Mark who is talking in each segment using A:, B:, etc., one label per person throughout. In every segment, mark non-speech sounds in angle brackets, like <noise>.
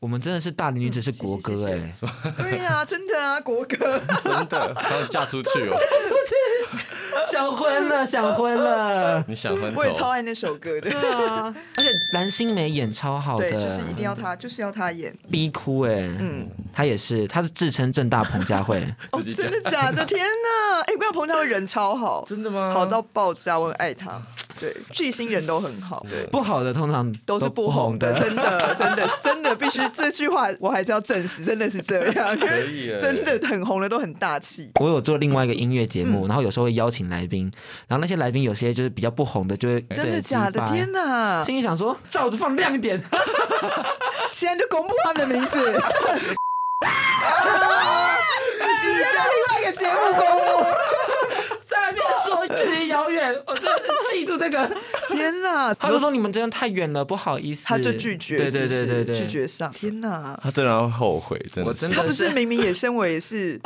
A: 我们真的是大龄女
B: 嗯
A: 子是国歌哎、
B: 对呀、
C: <laughs>
B: 真的啊，国歌。
C: 真的，然后嫁出
B: <laughs>
C: 去哦，
A: <laughs> 想婚了，想婚了。
C: 你想昏头
B: 我也超爱那首歌的，
A: 而且蓝心湄演超好的，
B: 啊对，就是一定要
C: 嗯
B: 他，就是要他演。
A: 逼哭哎、嗯，她也是，她是自称正大彭佳
B: <laughs>
A: 慧，
B: 哦，
C: 己讲
B: 真的假
C: <laughs>
B: 的？天哪！哎、我跟你讲，彭佳慧人超好，
C: 真的吗
B: 好到爆炸，我很爱他。对，巨星人都很
C: 嗯
B: 好，对，
A: 不好的通常
B: 都是不红的，真的，真的，真的必
C: <laughs>
B: 须这句话我还是要证实，真的是这样，因
C: 可以耶
B: 为 <laughs> 真的很红的都很大气。
A: 我有做另外一个音乐节
B: 嗯
A: 目，然后有时候会邀请来宾，然后那些来宾有些就是比较不红的，就会
B: 真的假的？天
A: 哪！
B: 哪！
A: 心里想说，罩子放亮一
B: <laughs>
A: 点，
B: 现在就公布他们的名字。
C: <laughs>
B: 啊直接在另外一个节目公
A: 在那边说距离遥远， <laughs> 我真的是记住这个。
B: 布，天哪！
A: 他就说你们真的太远了，不好意思，
B: 他就拒绝，
A: 对
B: 是
A: 对
B: 不
A: 对
B: 是
A: 对对，
B: 拒绝上。天哪！
C: 他真的要后悔，真
A: 我
C: 的是
A: 真的
B: 他不是明明也身为也 <laughs> 是，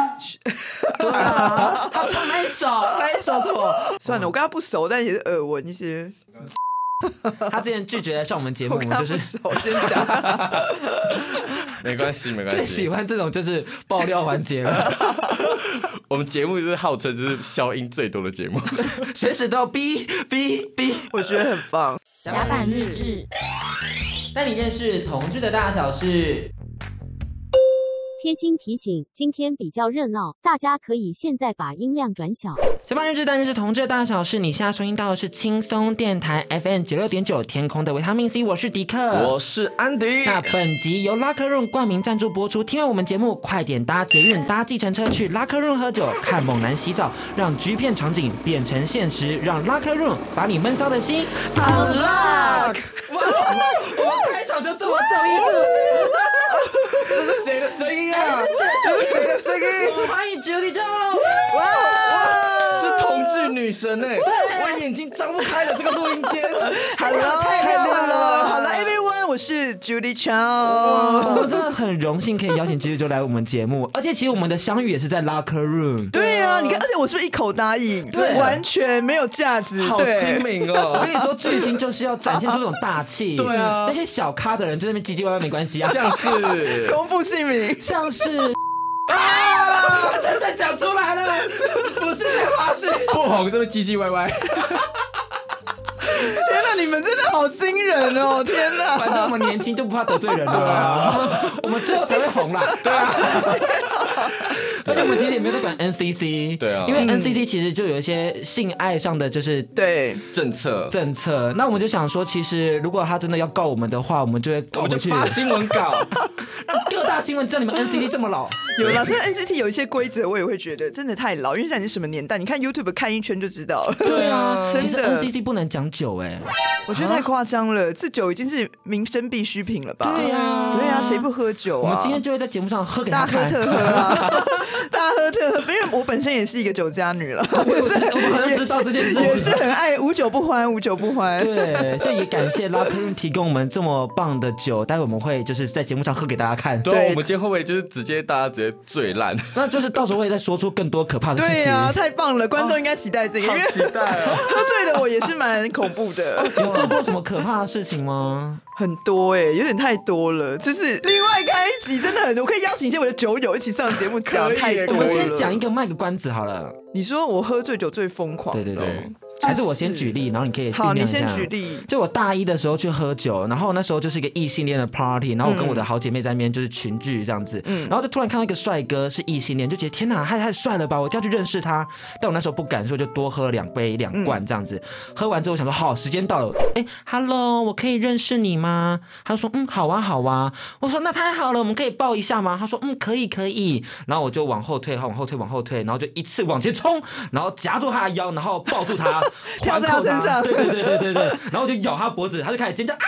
A: 对啊，他唱那一首，那一首是我，
B: 算了，我跟他不熟，但也是耳闻一些，
A: 他之前拒绝来上我们节目，
B: 我
A: 我
B: 跟
A: 们
B: 他
A: 就
B: 不
A: 是
B: 熟，先
A: <laughs>
B: 讲。
C: 没关系，没关
A: 最
C: 系
A: 喜。欢这种就是爆料环节了，
C: <laughs> 我们节目就是号称就是消音最多的节目，
A: 随时都要哔哔哔。
B: 我觉得很棒。
D: 甲板日志，
A: 带你认识同志的大小事。
D: 贴心提醒：今天比较热闹，大家可以现在把音量转小。
A: 甲板日志，但是同志的大小事。你现在收听到的是轻松电台 FM 九六点九天空的维他命 C，我是迪克。
C: 我是安迪。
A: 那本集由拉克润冠名赞助播出。听完我们节目，快点搭捷运、搭计程车去拉克润喝酒，看猛男洗澡，让局片场景变成现实，让拉克润把你闷骚的心 unlock。哇，我们开场就这么走一次，
C: 这是谁的声音啊？
B: 这是谁的声音？
A: 我们欢迎 Judy j
B: 哇
C: 是同志女神哎！我眼睛张不开了，这个录音 <laughs> 间。
B: ！Hello，
A: 太
B: 哦太
A: 棒
B: 棒
A: 了
B: 了！Hello everyone，我是 Judy Chow。
A: 我们真的很荣幸可以邀请 Judy j 来我们节目，而且其实我们的相遇也是在拉克润。
B: 对啊，你看，而且我是不是一口答应？
A: 对
B: 完全没有架子，
C: 好
B: 对
C: 亲。民
A: 我
C: 哦
A: 跟，你说，巨星就是要展现出这种大气。
C: 对啊
A: 那些小咖的人就在那边唧唧歪歪没关系啊。
C: 像 <laughs> 是
B: 公布姓名，
A: 像是 <laughs> 啊，真的讲出来了，不是花絮。
C: 不红这么唧唧歪歪。
B: 天哪，你们真的好惊人哦！天
A: <laughs>
B: 哪，
A: 反正我们年轻就不怕得罪人了， <laughs> 我们最后才会红啦。啊 <laughs> 对啊，而且我们其实也没有在管 NCC，
C: 对啊
A: 因为
B: 嗯
A: NCC 其实就有一些性爱上的就是。
B: 对，
C: 政策，
A: 政策，那我们就想说，其实如果他真的要告我们的话，我们就会告
C: 我们
A: 回
C: 就
A: 去。
C: 发新闻稿。
A: 各大新闻知道 <laughs> 你们 NCT 这么老，
B: <laughs> 有啦，这 NCT 有一些规则，我也会觉得真的太老，因为现在已经什么年代，你看 YouTube 看一圈就知道了。
A: <laughs> 对啊，其
B: 真
A: 实
B: 的，
A: NCT 不能讲久哎、
B: 我觉得太夸张了，这酒已经是民生必需品了吧？
A: 对啊
B: 对啊，谁不喝酒
A: 我
B: 啊？
A: 们今天就会在节目上喝给他
B: 大喝
A: 看。
B: 特喝啊， <laughs> 大喝特喝，因为我本身也是一个酒家女了，我
A: <laughs>
B: 是
A: 我好像
B: <laughs> 也
A: 知道这件事
B: 是
A: 情
B: 也是很爱无酒不欢，无酒不
A: <laughs>
B: 欢。
A: 对，啊所以也感谢拉克润提供我们这么棒的酒，待会我们会就是在节目上喝给大家看。
C: <laughs> 对啊，
B: 对
C: 我们今天会不会就是直接大家直接醉烂？
A: 那就是到时候会再说出更多可怕的事
B: 对
A: 情。
B: 啊，太棒了，观众应该期待这个，因为
C: 好期待哦！
B: 喝醉的我也是蛮恐怖的。
A: <laughs> 有做过什么可怕的事情吗？
B: 很多哎、有点太多了，就是另外开一集真的很多，我可以邀请一些我的酒友一起上节目讲
C: 可以
B: 太
C: 耶
B: 多
A: 我
B: 了。
A: 们先讲一个卖个关子好了。
B: 你说我喝醉酒最疯狂，
A: 对对对
C: 对，
A: 还是我先举例，然后你可以
B: 好，
A: 酝酿
B: 你
A: 一下
B: 先举。例。
A: 就我大一的时候去喝酒，然后那时候就是一个异性恋的 party，然后我跟我的好姐妹在那边就是群聚这样子，然后就突然看到一个帅哥是异性恋，就觉得天哪，他太帅了吧，我一定要去认识他。但我那时候不敢，所以我就多喝了两杯两罐这样子。喝完之后我想说，好，时间到了，哎，hello，我可以认识你吗？他就说，嗯，好啊，好啊。我说那太好了，我们可以抱一下吗？他说，嗯，可以，可以。然后我就往后退，往后退，往后退，然后就一次往前冲，然后夹住他的腰，然后抱住他，
B: <laughs> 跳在他
A: 环扣
B: 身上
A: 对对对对对对。然后我就咬他脖子，他就开始尖叫啊！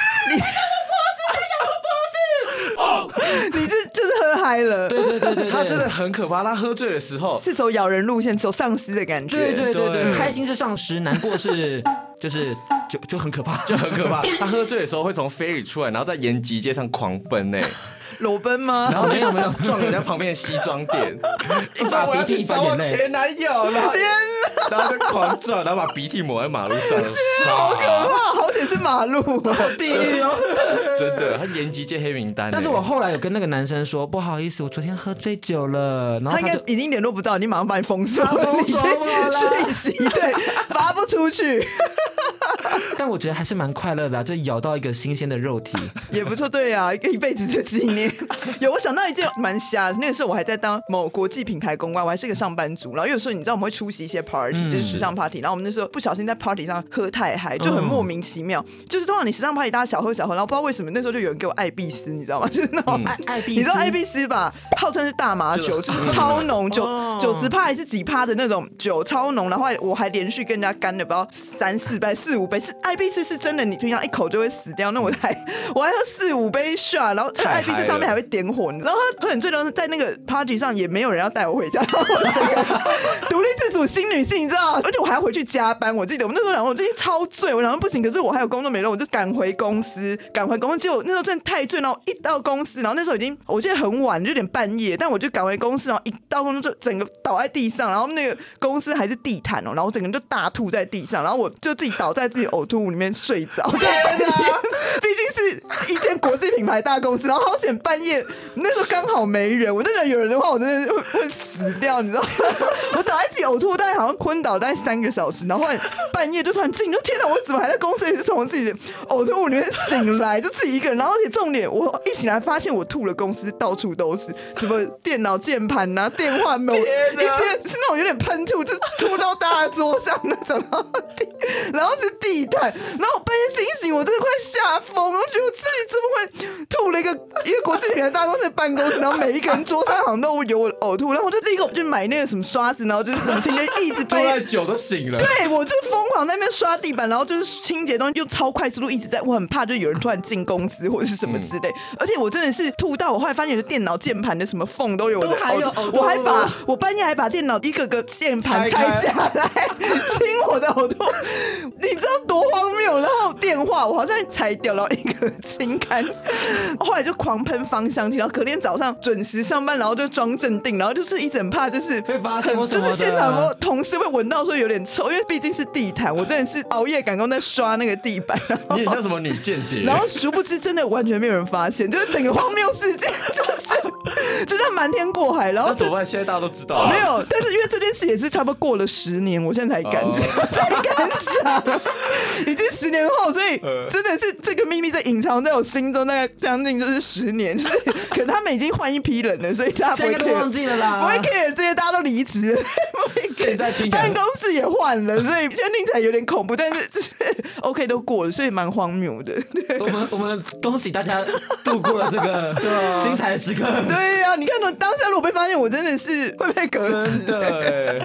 B: 你这就是喝嗨了，
A: 对对对对，
C: 他真的很可怕，他喝醉的时候，
B: 是走咬人路线，走丧尸的感觉。
A: 对对对对，
C: 对
A: 开心是丧尸，难过是 <laughs> 就是就就很可怕，
C: 就很可怕。他喝醉的时候会从飞 e 出来，然后在延吉街上狂奔欸呢、
B: 裸奔吗？
C: 然后就撞人家旁边的西装店，一
A: 把
C: 把
A: 鼻
C: 鼻
A: 涕哦
C: 涕
A: 一把
C: 找我
A: 眼泪
C: 前男友了，天哪！然后就狂撞，然后把鼻涕抹在马路上，好可
B: 哇，好险是马路，啊
A: 地狱哦。
C: 真的，他延吉界黑名单欸。
A: <laughs> 但是我后来有跟那个男生说，不好意思，我昨天喝醉酒了，然后
B: 他
A: 他
B: 应该
A: 就
B: 已经联络不到，你马上把你封锁，
A: 封
B: 你
A: 锁我啦
B: 这讯息对发不出去，
A: 但我觉得还是蛮快乐的、啊，就咬到一个新鲜的肉体。
B: 也不错，对啊，一个一辈子的纪念。有，我想到一件蛮瞎的，那个时候我还在当某国际品牌公关，我还是个上班族。然后有时候你知道我们会出席一些 party，、就是时尚 party。然后我们那时候不小心在 party 上喝太嗨，就很莫名其妙。就是通常你时尚 party 大家小喝小喝，然后不知道为什么那时候就有人给我艾必斯，你知道吗？就是那种艾
A: 艾必
B: <laughs>
A: <laughs>
B: 你知道
A: 斯
B: 艾必斯吧？号称是大麻酒，就是超浓酒，九十趴还是几趴的那种酒，超浓。然后我还连续跟人家干了不知道三四杯、四五杯，是艾必斯是真的，你平常一口就会死掉。那我还我还喝四五杯 shot，然后
C: 嗨
B: 艾必斯上面还会点火，然后喝很醉的时候，在那个 party 上也没有人要带我回家，然后我整个独立自主新女性，你知道？而且我还要回去加班。我记得我那时候想说，我最近超醉，我想说不行，可是我还有工作没弄，我就赶回公司，赶回公司。结果那时候真的太醉，然后一到公司，然后那时候已经我记得很晚，就有点半夜，但我就赶回公司，然后一到公司就整个倒在地上，然后那个公司还是地毯哦，然后我整个人就大吐在地上，然后我就自己倒在自己呕吐物里面睡着。天哪！ <laughs> 毕竟是一间国际品牌大公司，然后好险半夜那时候刚好没人，我真的有人的话，我真的会会死掉，你知道吗？ <laughs> 我倒在自己呕吐，大概好像昏倒大概三个小时，然后后来半夜就突然进，就天哪，我怎么还在公司也是从自己的呕吐物里面醒来，就自己一个人，然后而且重点，我一醒来发现我吐了，公司到处都是，什么电脑键盘呐、电话某一些是那种有点喷吐，就吐到大家桌上那种，然后地然后是地毯，然后我半夜惊醒，我真的快吓疯，我觉得我自己怎么会吐了一个一个国际品牌大公司的办公室，然后每一个人桌上好像都有我的呕吐，然后我就立刻我就买那个什么刷子，然后就是什么清
C: <laughs>
B: 洁一直
C: 坐在
B: 杯。
C: 酒都醒了。
B: 对，我就疯狂在那边刷地板，然后就是清洁东西，又超快速度一直在。我很怕，就有人突然进公司或者是什么之类。而且我真的是吐到，我后来发现我的电脑键盘的什么缝都有我的
A: 都还有
B: 呕
A: 呕
B: 吐
A: 吐
B: 我还把我半夜还把电脑一个个键盘拆下来，亲我的呕吐， <laughs> 你知道多荒谬？然后电话我好像拆掉，然后一个 <laughs> 清干，后来就狂喷芳香剂，然后隔天早上准时上班，然后就装镇定，然后就是一整怕就是
A: 会发生
B: 很
A: 或什
B: 就
A: 么的啊
B: 是现场我同事会闻到说有点臭，因为毕竟是地毯，我真的是熬夜赶工在刷那个
A: <laughs>
B: 地板，然后
C: 你也像什么女间谍？
B: 然后殊不知，真的完全没有人发现，就是整个荒谬事件，就是就像瞒天过海，然后
C: 那
B: 这
C: 怎么办？现在大家都知道了
B: 没。有，但是因为这件事也是差不多过了十年，我现在才敢讲， <laughs> 才敢 <laughs> 讲，已经十年后，所以真的是这个秘密在隐藏在我心中，大概将近就是十年， <laughs> 就是可他们已经换一批人了，所以大家不
A: 现
B: 会
A: 在应该都
B: <laughs> care
A: 忘记了啦
B: 不会 care 这些，大家都离职了，不会 care
C: 现在听起来
B: 办公室也换了，所以现在听起来有点恐怖，但是就是 OK 都过了，所以蛮荒谬 <laughs> 的。
A: <laughs> 我们我们恭喜大家度过了这
B: <laughs>
A: 个
B: 啊
A: 精彩的时刻。
B: 对啊呀、你看我当下如果被发现，我真的是会被革职
C: 真。的欸，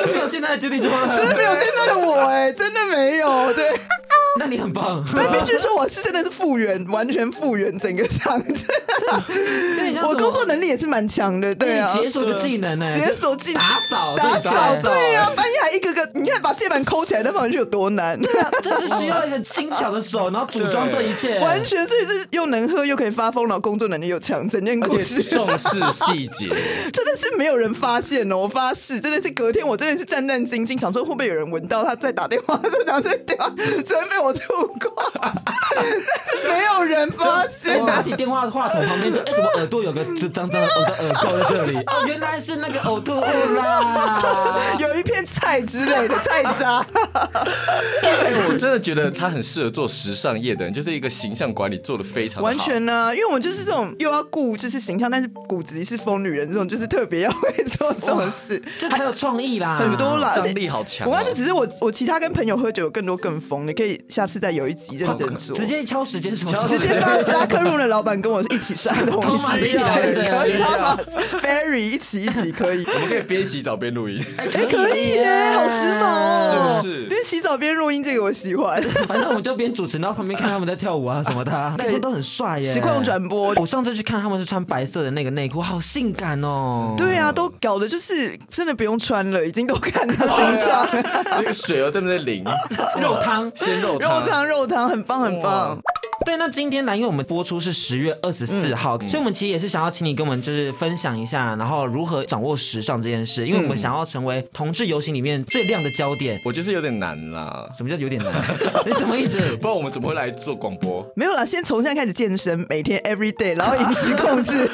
A: 就没有现在的决定就了，
B: 真的没有现在的我哎、真的没有。对，
A: 那你很
B: <laughs>
A: 棒。
B: 但必须说我是真的是复原，完全复原整个场景。我工作能力也是蛮强的，对啊
A: 哎你。解锁个技能呢、
B: 解锁技
A: 打扫
B: 打
A: 自己打
B: 扫，
A: 扫
B: 对呀、半夜还一个个，你看把键盘抠起来再放回去有多难，
A: 这是需要一个精巧的手，然后组装这一切。
B: <laughs> 完全所以是又能喝又可以发疯，然后工作能力又强，整件
C: 而
B: 故
C: 且
B: 事
C: 重视细节，
B: <laughs> 真的是没有人发现哦，我发誓，真的是隔天我真的是战战兢兢，想说会不会有人闻到他在打电话， <laughs> 就想在电话，昨天被我吐过，但是没有人发现
A: 我。拿起电话的话筒旁边就，哎、怎么耳朵有个就
B: <laughs>
A: 脏脏的，我的耳垢在这里。哦，原来是那个呕吐物啦。 <laughs>
B: 有一片菜之类的菜渣，
C: 哎，我真的觉得他很适合做时尚业的人，就是一个形象管理做的非常好
B: 完全呢、因为我就是这种又要顾就是形象，但是骨子里是疯女人，这种就是特别要会做这种事。
A: 这才有创意啦，
B: 很多啦，而且
C: 张力好强哦
B: 我刚才就只是我我其他跟朋友喝酒有更多更疯，你可以下次再有一集认真做。
A: 直接敲时间什么时候？
B: 直接把拉克路的老板跟我一起上东
A: 托马
B: 西，
A: 斯
B: 对
A: 一起来的
B: 可以吗？Barry 一起一起可以。
C: <laughs> 我们可以边洗澡边录 <laughs> 音。
A: 哎
B: 啊可以耶，好时髦哦！
C: 是不是
B: 边洗澡边录音，这个我喜欢。
A: <laughs> 反正我就边主持，然后旁边看他们在跳舞啊什么的 <laughs> 啊，那时候都很帅耶。
B: 实况转播
A: 我上次去看他们是穿白色的那个内裤，好性感哦。
B: 对啊，都搞的就是真的不
C: 啊
B: 用穿了，已经都看到形状了。
C: 那个水儿在不在淋？
A: 肉汤
C: 鲜肉
B: <laughs> 肉汤肉汤很棒很棒
C: 哇，
A: <laughs> 对，那今天呢，因为我们播出是十月二十四号，所以我们其实也是想要请你跟我们就是分享一下，然后如何掌握时尚这件事，因为我们想要成为同志游行里面最亮的焦点。
C: 我就是有点难啦，
A: <laughs> 什么叫有点难？ <laughs> 你什么意思？ <laughs>
C: 不然我们怎么会来做广播？
B: 没有啦，先从现在开始健身，每天 every day，然后饮食控制，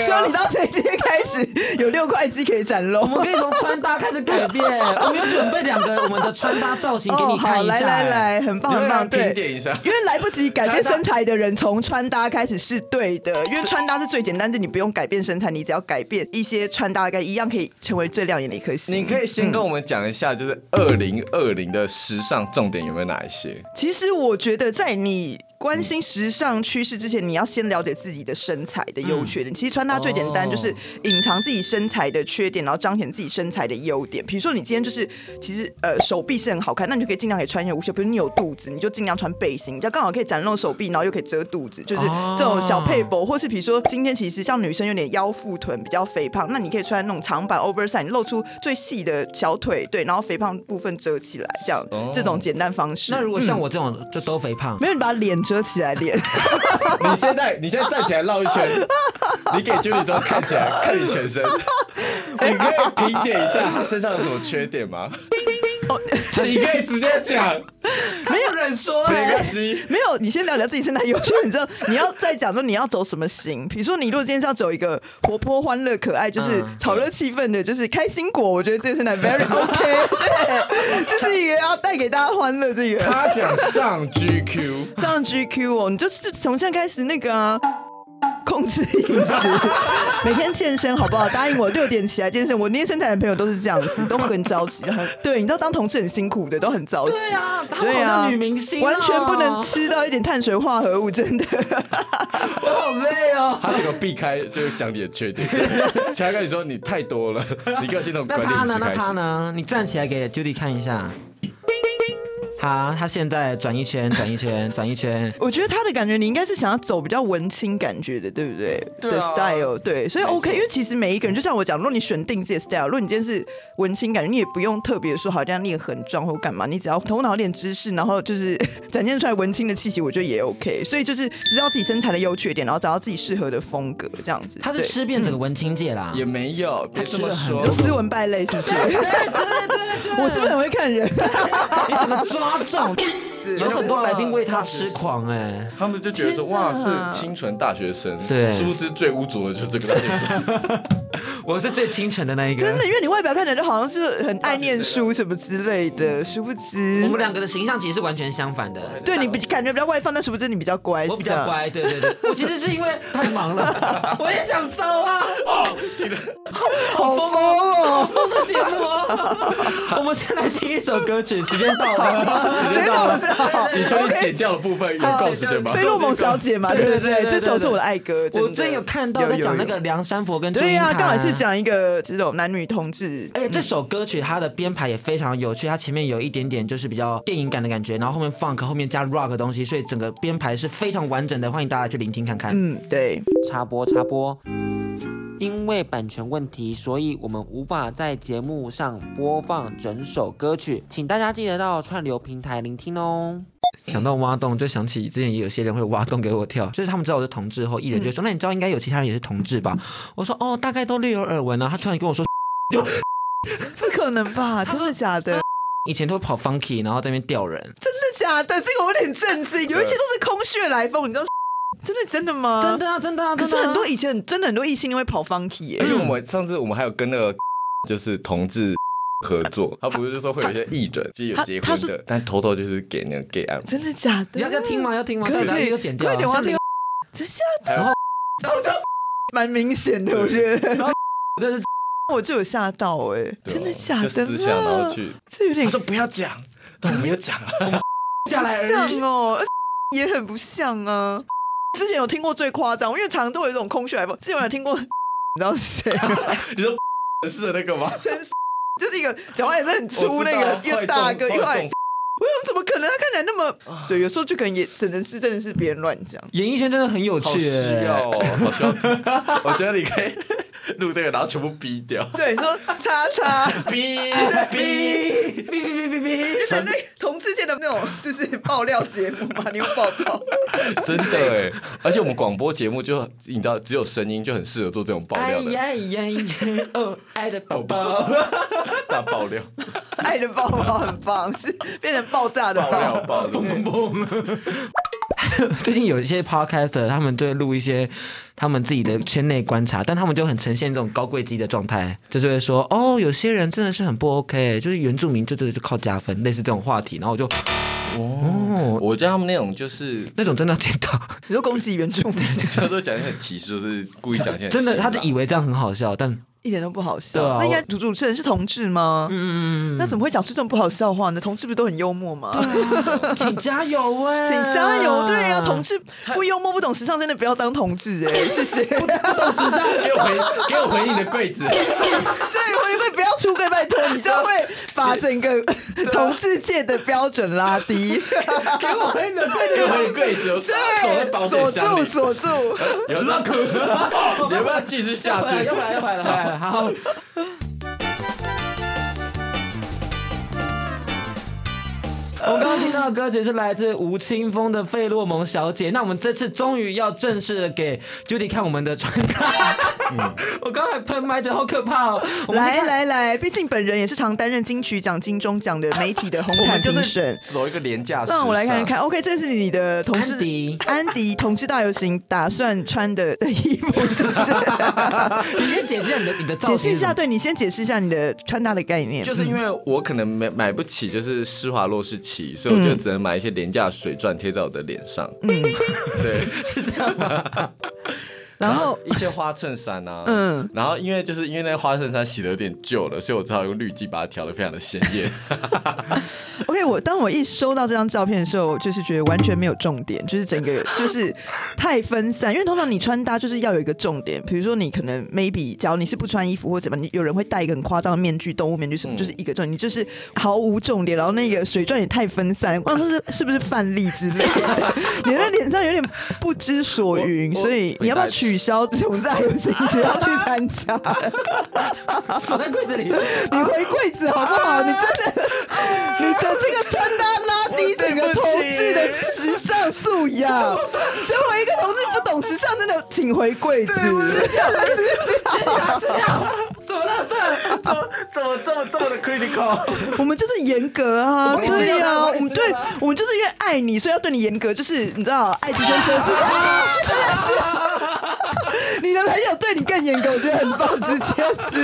B: 希望你到哪天开始有六块肌可以展露
A: 我。们可以从穿搭开始改 <laughs> 变。我们有准备两个我们的穿搭造型给你看
B: 哦好，
A: 一下。
B: 来来来，很棒
C: 你
B: 很
C: 会让
B: 棒，对。
C: 人评点一下。
B: 因为来不及改变身材的人，从穿搭开始是对的。因为穿搭是最简单的，你不用改变身材，你只要改变一些穿搭，该一样可以成为最亮眼的一颗星。
C: 你可以先跟我们讲一下，就是二零二零的时尚重点有没有哪一些？
B: 其实我觉得，在你关心时尚趋势之前，你要先了解自己的身材的优缺点。其实穿搭最简单，
A: 哦
B: 就是隐藏自己身材的缺点，然后彰显自己身材的优点。比如说，你今天就是其实呃手臂是很好看，那你就可以尽量可以穿一些无袖。比如你有肚子，你就尽量穿背心，这样刚好可以展露手臂，然后又可以遮肚子，就是
A: 哦
B: 这种小配博。或是比如说，今天其实像女生有点腰腹臀比较肥胖，那你可以穿那种长版 oversize，你露出最细的小腿，对，然后肥胖部分遮起来，这样、
C: 哦
B: 这种简单方式。
A: 那如果像我这种就都肥胖，
B: 没有，你把脸遮起来脸。
C: 你现在你现在站起来绕一圈，你给 Julie 都看起来看你全身，你可以评点一下他身上有什么缺点吗？
B: 哦
C: 你可以直接
B: <laughs>
C: 讲，
A: 没有人说哎
C: 没关系。
B: 没有，你先聊聊自己身材优缺点之后，你要再讲说你要走什么型。比如说，你如果今天是要走一个活泼、欢乐、可爱，就是
A: 嗯
B: 炒热气氛的，就是开心果，我觉得这个身材 very OK，对，就是一个要带给大家欢乐这个。
C: 他想上 GQ，
B: 上 GQ 哦，你就是从现在开始那个啊。控制饮食，每天健身好不好？答应我六点起来健身。我那些身材的朋友都是这样子，都很早起，很对。你知道当同事很辛苦的，都很早起。
A: 对啊他们
B: 对
A: 好
B: 啊，
A: 像女明星哦
B: 完全不能吃到一点碳水化合物，
A: <laughs>
B: 真的。
A: 我好累哦。
C: 他这个避开就是讲你的缺 <laughs> 点，才跟你说你太多了，你可以先从管
A: 那
C: 理
A: 他
C: 饮
A: 呢
C: 食？
A: 那
C: 开
A: 他
C: 始。
A: 呢？你站起来给 Judy 看一下。好，他现在转一圈，转一圈，转一圈。
B: 我觉得他的感觉，你应该是想要走比较文青感觉的，对不对？
C: 对
B: 的
C: 啊
B: style，对，所以 OK，因为其实每一个人，就像我讲，如果你选定自己的 style，如果你今天是文青感觉，你也不用特别说好像练很壮或干嘛，你只要头脑有点知识，然后就是 <laughs> 展现出来文青的气息，我觉得也 OK。所以就是知道自己身材的优缺点，然后找到自己适合的风格，这样子。
A: 他是
B: 对
A: 吃遍整个文青界啦。
C: 也没有，别这么说
B: 有。斯文败类是不是？ <laughs> 我是不是很会看人？
A: 你怎么哎抓 <laughs> 中？有很多来宾为他痴狂哎、
C: 他们就觉得说哇是清纯大学生，
A: 对
C: 殊不知最污浊的就是这个大学生。
A: 我是最清纯的那一个。
B: 真的，因为你外表看起来就好像是很爱念书什么之类的，殊不知
A: 我们两个的形象其实是完全相反的。
B: 对你比感觉比较外放，但殊不知你比较乖，
A: 我
B: 哎是
A: 比
B: 这样
A: 较。乖，对对
B: <laughs>
A: 对，我其实是因为太忙了， <laughs> 我也想收啊，
B: 哦好疯哦！
A: 我的节目哦。我 <laughs> 们先来听一首歌曲，时间到了。
B: 谁让我这样？<laughs>
C: 你确定
B: 哦 OK
C: 剪掉的部分有够时间吗
B: 菲？洛蒙小姐嘛，对
A: 对
B: 不
A: 对
B: 对？
A: 对对
B: 这首是我的爱歌，
A: 我
B: <laughs> 真
A: 真有看到在讲那个。梁山伯跟
B: 有有有对呀、
A: 呀、
B: 刚好是。讲一个这种男女同志。
A: 而且哎这首歌曲它的编排也非常有趣，它前面有一点点就是比较电影感的感觉，然后后面 funk 后面加 rock 的东西，所以整个编排是非常完整的，欢迎大家去聆听看看。
B: 嗯，对，
E: 插播插播。因为版权问题，所以我们无法在节目上播放整首歌曲，请大家记得到串流平台聆听哦。
A: 想到挖洞，就想起之前也有些人会挖洞给我跳，就是他们知道我是同志后，艺人就说：“那你知道应该有其他人也是同志吧？”我说：“哦，大概都略有耳闻啊。”他突然跟我说 <laughs>
B: 不可能吧？ <laughs> 真的假的？真：“
A: 以前都会跑 funky，然后在那边吊人。
B: 的假的？这个我有点震惊，有一些都是空穴来风，你知道？真的真的吗？
A: 真。的啊，真的啊，
B: 可
A: 真
B: 是
A: 的啊、
B: 很多以前很真的很多异性恋会跑 funky 耶、
C: 而且我们上次我们还有跟那个 <laughs> 就是同志 <laughs> 合作，他不是就说会有一些艺人就是有结
B: 他他
C: 婚
B: 是
C: 的，但偷偷就是给那个 gay 按摩，
B: 真的假的？
A: 你 <laughs> 要要听吗？要听吗？
B: 可以
A: 大
B: 可
A: 家
B: 以，
A: 又剪掉，
B: 快点，我要
A: 像
B: 听
A: 你。
B: 真假的？
C: 然后
B: 蛮明显的，我觉得。
A: <laughs> 真的是
B: 我就有吓到哎、真的假
C: 啊就
B: 的？
C: 私下然后去，啊
B: 这有点
C: 他说不要讲，但我没有讲啊，
A: 下来而已
B: 像哦，而且也很不像啊。之前有听过最夸张，因为常常都有一种空穴来风。之前我有听过，你知道是谁
C: <laughs>
B: 吗？
C: 是那
A: <laughs>
C: 个吗？
B: 真是就是一个讲话也是很粗
C: 我知
B: 那
C: 道
B: 个，一个大哥，
C: 坏
B: 一
C: 中
B: 个
C: 坏啊
B: 矮
C: 中
B: 我想怎么可能？他看起来那么……对，有时候就可能也只能是真的是别人乱讲。
A: 演艺圈真的很有趣、
C: 好需
A: 欸，
C: 要哦，好需要听。我觉得你可以 <laughs> 录这个，然后全部逼掉，
B: 对，说叉叉，
C: <laughs> 逼逼。
A: <laughs> 哔哔哔哔 <laughs> 哔
B: 就是那个同志界的那种就是爆料节目嘛，你有爆爆。 <laughs>
C: 真的哎，而且我们广播节目就你知道，只有声音就很适合做这种爆
A: 哎
C: 料的，
A: 呀呀呀！哦，爱的宝宝，
C: 大爆料，
B: 爱的爆爆很棒，是变成爆炸的
C: 爆料
B: 爆。
C: 爆料，
A: 哦最近有一些 podcaster，他们就会录一些他们自己的圈内观察，但他们就很呈现这种高贵机的状态，就是会说哦，有些人真的是很不 OK，就是原住民就就就靠加分，类似这种话题，然后我就
C: 哦，我觉得他们那种就是。
A: 那种真的要检讨，
B: 你说攻击原住民，
C: 他都讲一些很歧视，就是故意讲一些很
A: 真的，
C: 辛辣
A: 他就以为这样很好笑，但
B: 一点都不好笑。
A: 对啊
B: 那应该主主持人是同志吗？嗯嗯嗯。啊那怎么会讲出这种不好笑的话呢？同志不是都很幽默吗？
A: 请加油啊哎、
B: 请加油！对呀、同志不幽默、不懂时尚，真的不要当同志哎、谢 <laughs> 谢。对，
C: 给我回给我回你的柜
A: <laughs>
C: 子，
B: 会会不要出柜，拜托，你 <laughs> 这样会把整个同志界的标准拉低。
A: 给我回你的快
C: 给我回你的柜子，
B: <laughs>
C: 我手在保险
B: 锁
C: 箱
B: 住，
C: 里，
B: 锁住。
C: 有那苦，你要不要继续下去？
A: 又来了，又来了，又来了，好。我刚刚听到的歌曲是来自吴青峰的《费洛蒙小姐》，那我们这次终于要正式的给 Judy 看我们的穿搭。我刚才喷麦，觉得好可怕哦。我们
B: 来来来，毕竟本人也是常担任金曲奖、金钟奖的媒体的红
C: 我
B: 毯
C: 们就
B: 评
C: 是
B: 审。
C: 走一个廉价时尚。
B: 让我来看看，OK，这是你的同事
A: 安迪
B: 安迪同志大游行打算穿的的衣服，是不是？
C: <laughs>
A: 你先解释一下你的你的造
B: 解
A: 型。
B: 释一下，，对你先解释一下你的穿搭的概念。
C: 就是因为我可能买买不起，就是施华洛世奇，所以我就只能买一些廉价的水钻贴在我的脸上。嗯， <laughs> 对，
B: 然后
C: 一些花衬衫啊，
B: 嗯
C: 嗯，然后因为就是因为那个花衬衫洗的有点旧了，所以我只好用滤镜把它调的非常的鲜 <laughs> 艳。
B: ，OK，我当我一收到这张照片的时候，就是觉得完全没有重点，就是整个就是太分散。因为通常你穿搭就是要有一个重点，比如说你可能 maybe，假如你是不穿衣服或怎么，你有人会戴一个很夸张的面具、动物面具什么，就是一
C: 嗯
B: 个重点，你就是毫无重点。然后那个水钻也太分散，我想说是是不是范例之类的？ <laughs> 你的脸上有点不知所云，
C: 我我
B: 所以你要不要取消同 <laughs> 在游戏，你不要去参加？
A: 锁在柜子里。
B: <laughs> 你回柜子好不好？你真的， <laughs> 你的这个穿搭拉低整个同志的时尚素养。身为一个同志不懂时尚，真的请回柜子。
A: 怎么了？怎么怎么这么这么的 critical？
B: <laughs> 我们就是严格啊，
A: 也是
B: 对呀、
A: 要我
B: 啊，我
A: 也是
B: 们对
A: 要啊，
B: 我们就是因为爱你，所以要对你严格，就是你知道，爱之深，责之切啊，真的是。 <laughs> 你的朋友对你更严格，我觉得很棒，直接
C: <laughs> 所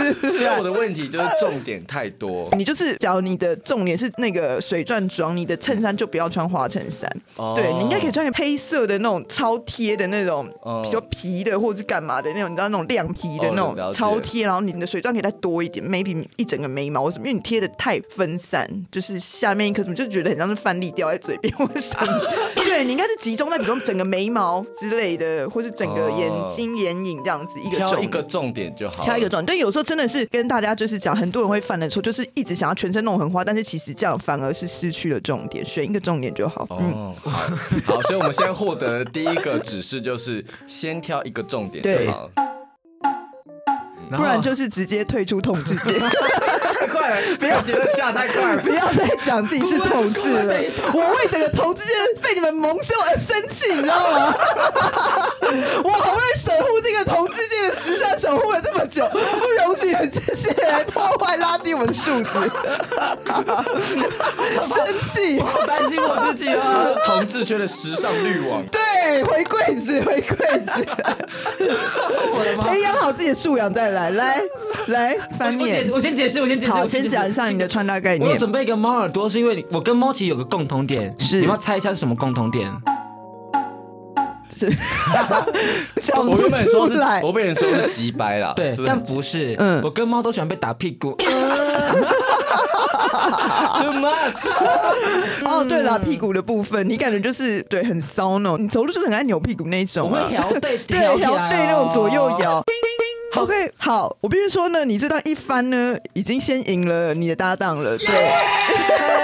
C: 以我
B: 是。
C: 的问题就是重点太多，
B: 你就是，假如你的重点是那个水钻装，你的衬衫就不要穿花衬衫。
C: 哦
B: 对，你应该可以穿点黑色的那种超贴的那种，
C: 哦
B: 比较皮的或者是干嘛的那种，你知道那种亮皮的
C: 哦
B: 那种
C: 了解
B: 超贴，然后你的水钻可以再多一点，maybe 一整个眉毛或什么，因为你贴的太分散，就是下面一颗什么，就觉得很像是饭粒掉在嘴边或者什
C: <laughs>
B: 么。对你应该是集中在比如说整个眉毛之类的，或是整个眼
C: 哦
B: 睛、眼影这样子一个
C: 挑
B: 重
C: 一个
B: 点。
C: 重点就好了。
B: 挑一个重点，但有时候真的是跟大家就是讲，很多人会犯的错，就是一直想要全身弄很花，但是其实这样反而是失去了重点，选一个重点就好。嗯，
C: 哦，好， <laughs> 好，所以我们现在获得的第一个指示就是先挑一个重点
B: 对
C: 就好。
B: 不然就是直接退出统治界，
A: 太快了，不要觉得下太快了
B: <laughs> 不。要再讲自己是统治了
A: 不会说。
B: 我为整个统治界被你们蒙羞而生气，你知道吗？ <laughs> 我好不容易守护这个统治界的时尚，守护了这么久，不容许人这些人来破坏、拉低我们的素质， <laughs> 生气。
A: 好担心我自己啊！
C: 同志圈的时尚滤
B: <laughs>
C: 网，
B: 对，回柜子，回柜子，培养哎好自己的素养再来，来来翻
A: 我解
B: 面
A: 释，。我先解释，我先解释。
B: 好，
A: 我解
B: 先
A: 释
B: 讲一下你的穿搭概
A: 我有
B: 念。
A: 准备一个猫耳朵，是因为我跟猫其实有个共同点，
B: 是
A: 你们要猜一下是什么共同点？ <laughs>
B: 是讲
C: 我
B: 不
C: 原本
B: 出
C: 说是
B: 来，，
C: 我被人说是鸡掰啦，
A: 对
C: 是，不是
A: 但
C: 很
A: 不是，
B: 嗯
A: 我跟猫都喜欢被打屁
B: <laughs>
A: 股。
C: too much？
B: 哦，对了，屁股的部分，你感觉就是对很骚呢，你走路就是很爱扭屁股那一种、啊，
A: 我会摇背
B: <laughs> 对，
A: 摇起来哦哦
B: 摇背那种左右摇。OK，好，我必须说呢，你这段一翻呢，已经先赢了你的搭档了，对。 <laughs>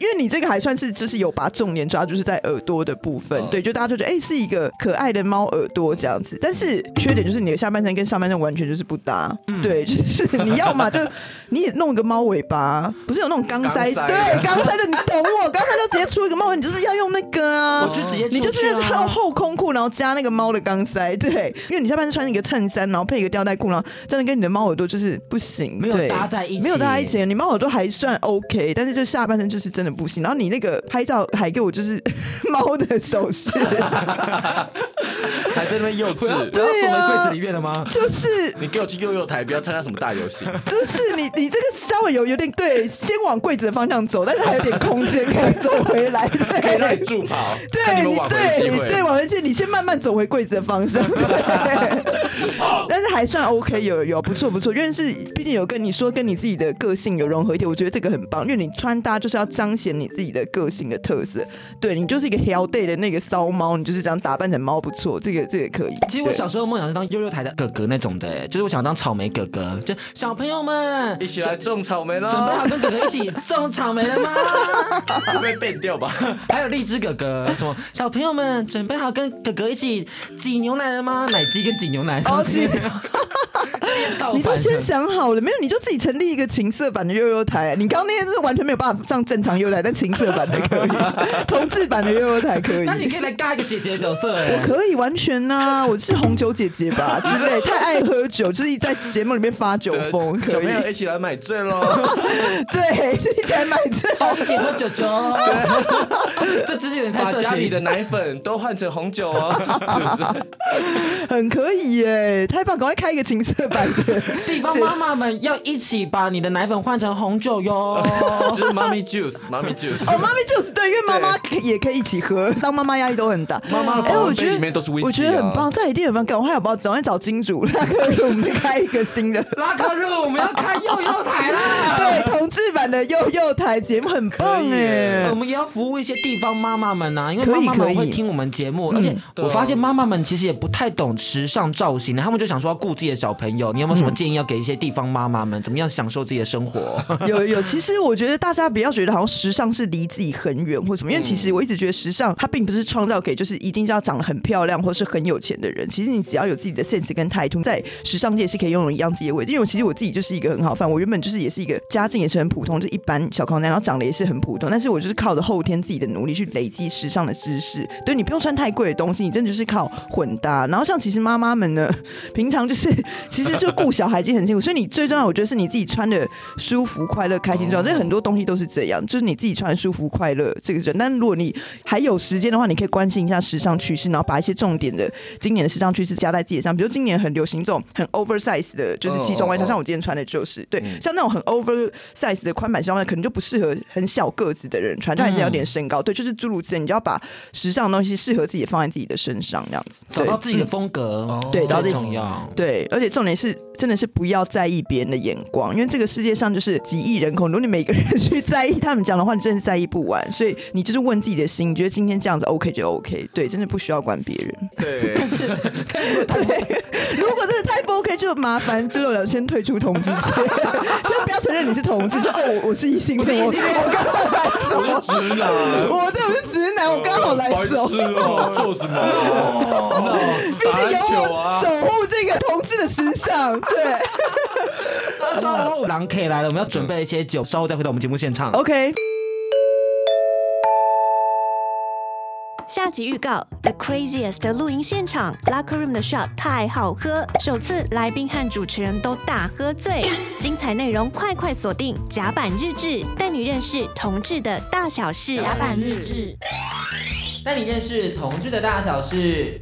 B: 因为你这个还算是就是有把重点抓，就是在耳朵的部
A: 嗯
B: 分，对，就大家就觉得哎、是一个可爱的猫耳朵这样子，但是缺点就是你的下半身跟上半身完全就是不搭，
A: 嗯
B: 对， <laughs> 就是你要嘛就 <laughs> 你也弄个猫尾巴，不是有那种钢塞，
C: 钢塞
B: 对，钢塞的你懂我，钢塞就直接出一个猫尾，你就是要用那个啊，
A: 我就直接
B: 你就
A: 出
B: 是
A: 去
B: 那
A: 啊
B: 后后空裤，然后加那个猫的钢塞，对，因为你下半身穿一个衬衫，然后配一个吊带裤，然后真的跟你的猫耳朵就是不行，
A: 没有
B: 对
A: 搭在一起
B: 没有搭在一起。你猫耳朵还算 OK，但是就下半身就是真的不行。然后你那个拍照还给我就是 <laughs> 猫的
A: <laughs>
B: 手势，
C: 还在那边幼稚。
A: 我要
B: 对
A: 锁
B: 啊
A: 回柜子里面了吗？
B: 就是
C: 你给我去幼幼台，不要参加什么大游行。
B: 就是你你这个稍微有有点对，先往柜子的方向走，但是还有点空间可以走
A: <laughs>
B: 回来，
C: 可以让你
B: 对。
C: 助跑，看
B: 对
C: 你
B: 你
C: 们挽回的机
B: 对
C: 会。
B: 对，王文健，你先慢慢走回柜子的方
C: <laughs>
B: 向，对，但是还算 OK，有有不错不错，因为是毕竟有跟你说跟你自己的个性有融合一点，我觉得这个很棒，因为你穿搭就是要彰显你自己的个性的特色，对你就是一个 hell day 的那个骚猫，你就是这样打扮成猫不错，这个这个可以。
A: 其实我小时候梦想是当悠悠台的哥哥那种的、哎就是我想当草莓哥哥，就小朋友们
C: 一起来种草莓
A: 准备
C: 啦
B: 啊
A: 好！跟哥哥一起种草莓了吗？
C: 会不会变掉吧？
A: 还有荔枝哥哥，什么小朋友们准备好跟哥哥一起挤牛奶了吗？奶鸡跟挤牛奶，
B: 哦挤
C: 啊
A: 倒
B: 你都
A: 反
B: 先
A: 的
B: 想好了没有？你就自己成立一个情色版的悠悠台、啊你刚刚那些是完全没有办法上正常悠悠台，但情色版的可以， <laughs> 同志版的悠悠台可以
A: 那。你可以来尬一个姐姐的角色、哎
B: 可以完全
C: <laughs>
B: 呐、我是红酒姐姐吧之类，太爱喝酒，就是在节目里面发酒疯，
C: 小
B: 可以
C: 朋友一起来买醉
B: <laughs>
C: 喽！
B: 对，就一起来买醉。
A: 一起喝酒酒，这只是有点太
C: 把
A: 色情
C: 家里的奶粉都换成红
B: <laughs>
C: 酒哦，是不是？
B: 很可以耶，太棒！赶快开一个情色版
C: <laughs>
B: 的
A: 地方妈妈们要一起把你的奶粉换成红酒哟。
C: 就是 mommy juice mommy juice。
B: 哦，妈咪就是对，因为妈妈也可以一起喝，当妈妈压力都很大。
C: 妈妈的
B: 哎，
C: 保
B: 我
C: 温
B: 觉
C: 杯
B: 得
C: 里面都是 whisky 啊
B: 我觉得很棒，这一定很棒。赶快要不要赶快找金主拉克鲁，我们开一个新
C: <laughs>
B: 的。
A: 拉卡路，我们要开幼幼台啦！
B: 对，同志版的幼幼台节目很棒
C: 可以
B: 哎
C: 耶
A: 呃。我们也要服务一些地方妈妈们啊，因为
B: 可
A: 妈
B: 以
A: 妈们
B: 可
A: 会
B: 以嗯
A: 听我们节目，而且
C: 对
A: 我
C: 啊
A: 发现妈妈们其实也不太懂时尚造型的，他们就想说要顾自己的小朋友。你有没有什么建议要给一些地方妈妈们，怎么样享受自己的生
B: <laughs>
A: 活？
B: 有有，其实我觉得大家不要觉得好像时尚是离自己很远或什么，因为其实我一直觉得时尚它并不是创造给就是一定是要长得很漂亮或是很有钱的人。其实你只要有自己的 sense 跟态度，在时尚界是可以拥有一样自己的位置。因为其实我自己就是一个很好范，我原本就是也是一个家境也是很普通，就一般小康家，然后长得也是很普通，但是我就是靠着后天自己的努力去累积时尚的知识。对你不用穿太贵的东西，你真的就是靠混搭。然后像其实妈妈们呢，平常就是其实就顾小孩已经很辛苦，所以你最重要，我觉得是你自己穿的舒服、快乐、开心重要。这很多东西都是这样，就是你自己穿舒服、快乐这个人。但如果你还有时间的话，你可以关心一下时尚趋势，然后把一些重点的今年的时尚趋势加在自己的上，比如今年很流行这种很 oversize 的，就是西装外套，
C: 哦哦哦
B: 像我今天穿的就是对，
A: 嗯
B: 像那种很 oversize 的宽版西装外套，可能就不适合很小个子的人穿，就还是要有点身
A: 嗯
B: 高。对，就是诸如此类，你就要把时尚的东西适合自己，放在自己的身上，这样子。
A: 找到
B: 对
A: 自己的风格，
B: <laughs> 对找到自
A: 最
B: 己
A: 重要。
B: 对，而且重点是，真的是不要在意别人的眼光，因为这个世界上就是几亿人口，如果你每个人去在意他们讲的话，你真的是在意不完。所以你就是问自己的心，你觉得今天这样子 OK 就 OK，对，真的不需要管别人。 <laughs>
C: 对，
B: 如果真的太不 OK，就麻烦知六聊先退出同志界， <laughs> 先不要承认你是同志，就哦，我我是异性恋，呃我我刚好来走，
C: 我是直男。
B: 我对我是直男，我刚好来走。
C: 哦，做什么？哦
B: <laughs> 毕竟有我
C: 啊
B: 守护这个同志的时尚，对 <laughs>
A: 稍后狼 K 来了，我们要准备一些酒，稍后再回到我们节目现场。
B: ，OK。
F: 下集预告：The Craziest 的露营现场，Locker Room 的 shot 太好喝，首次来宾和主持人都大喝醉。精彩内容快快锁定《甲板日志》，带你认识同志的大小事。
D: 甲板日志。
A: 带你认识同志的大小事。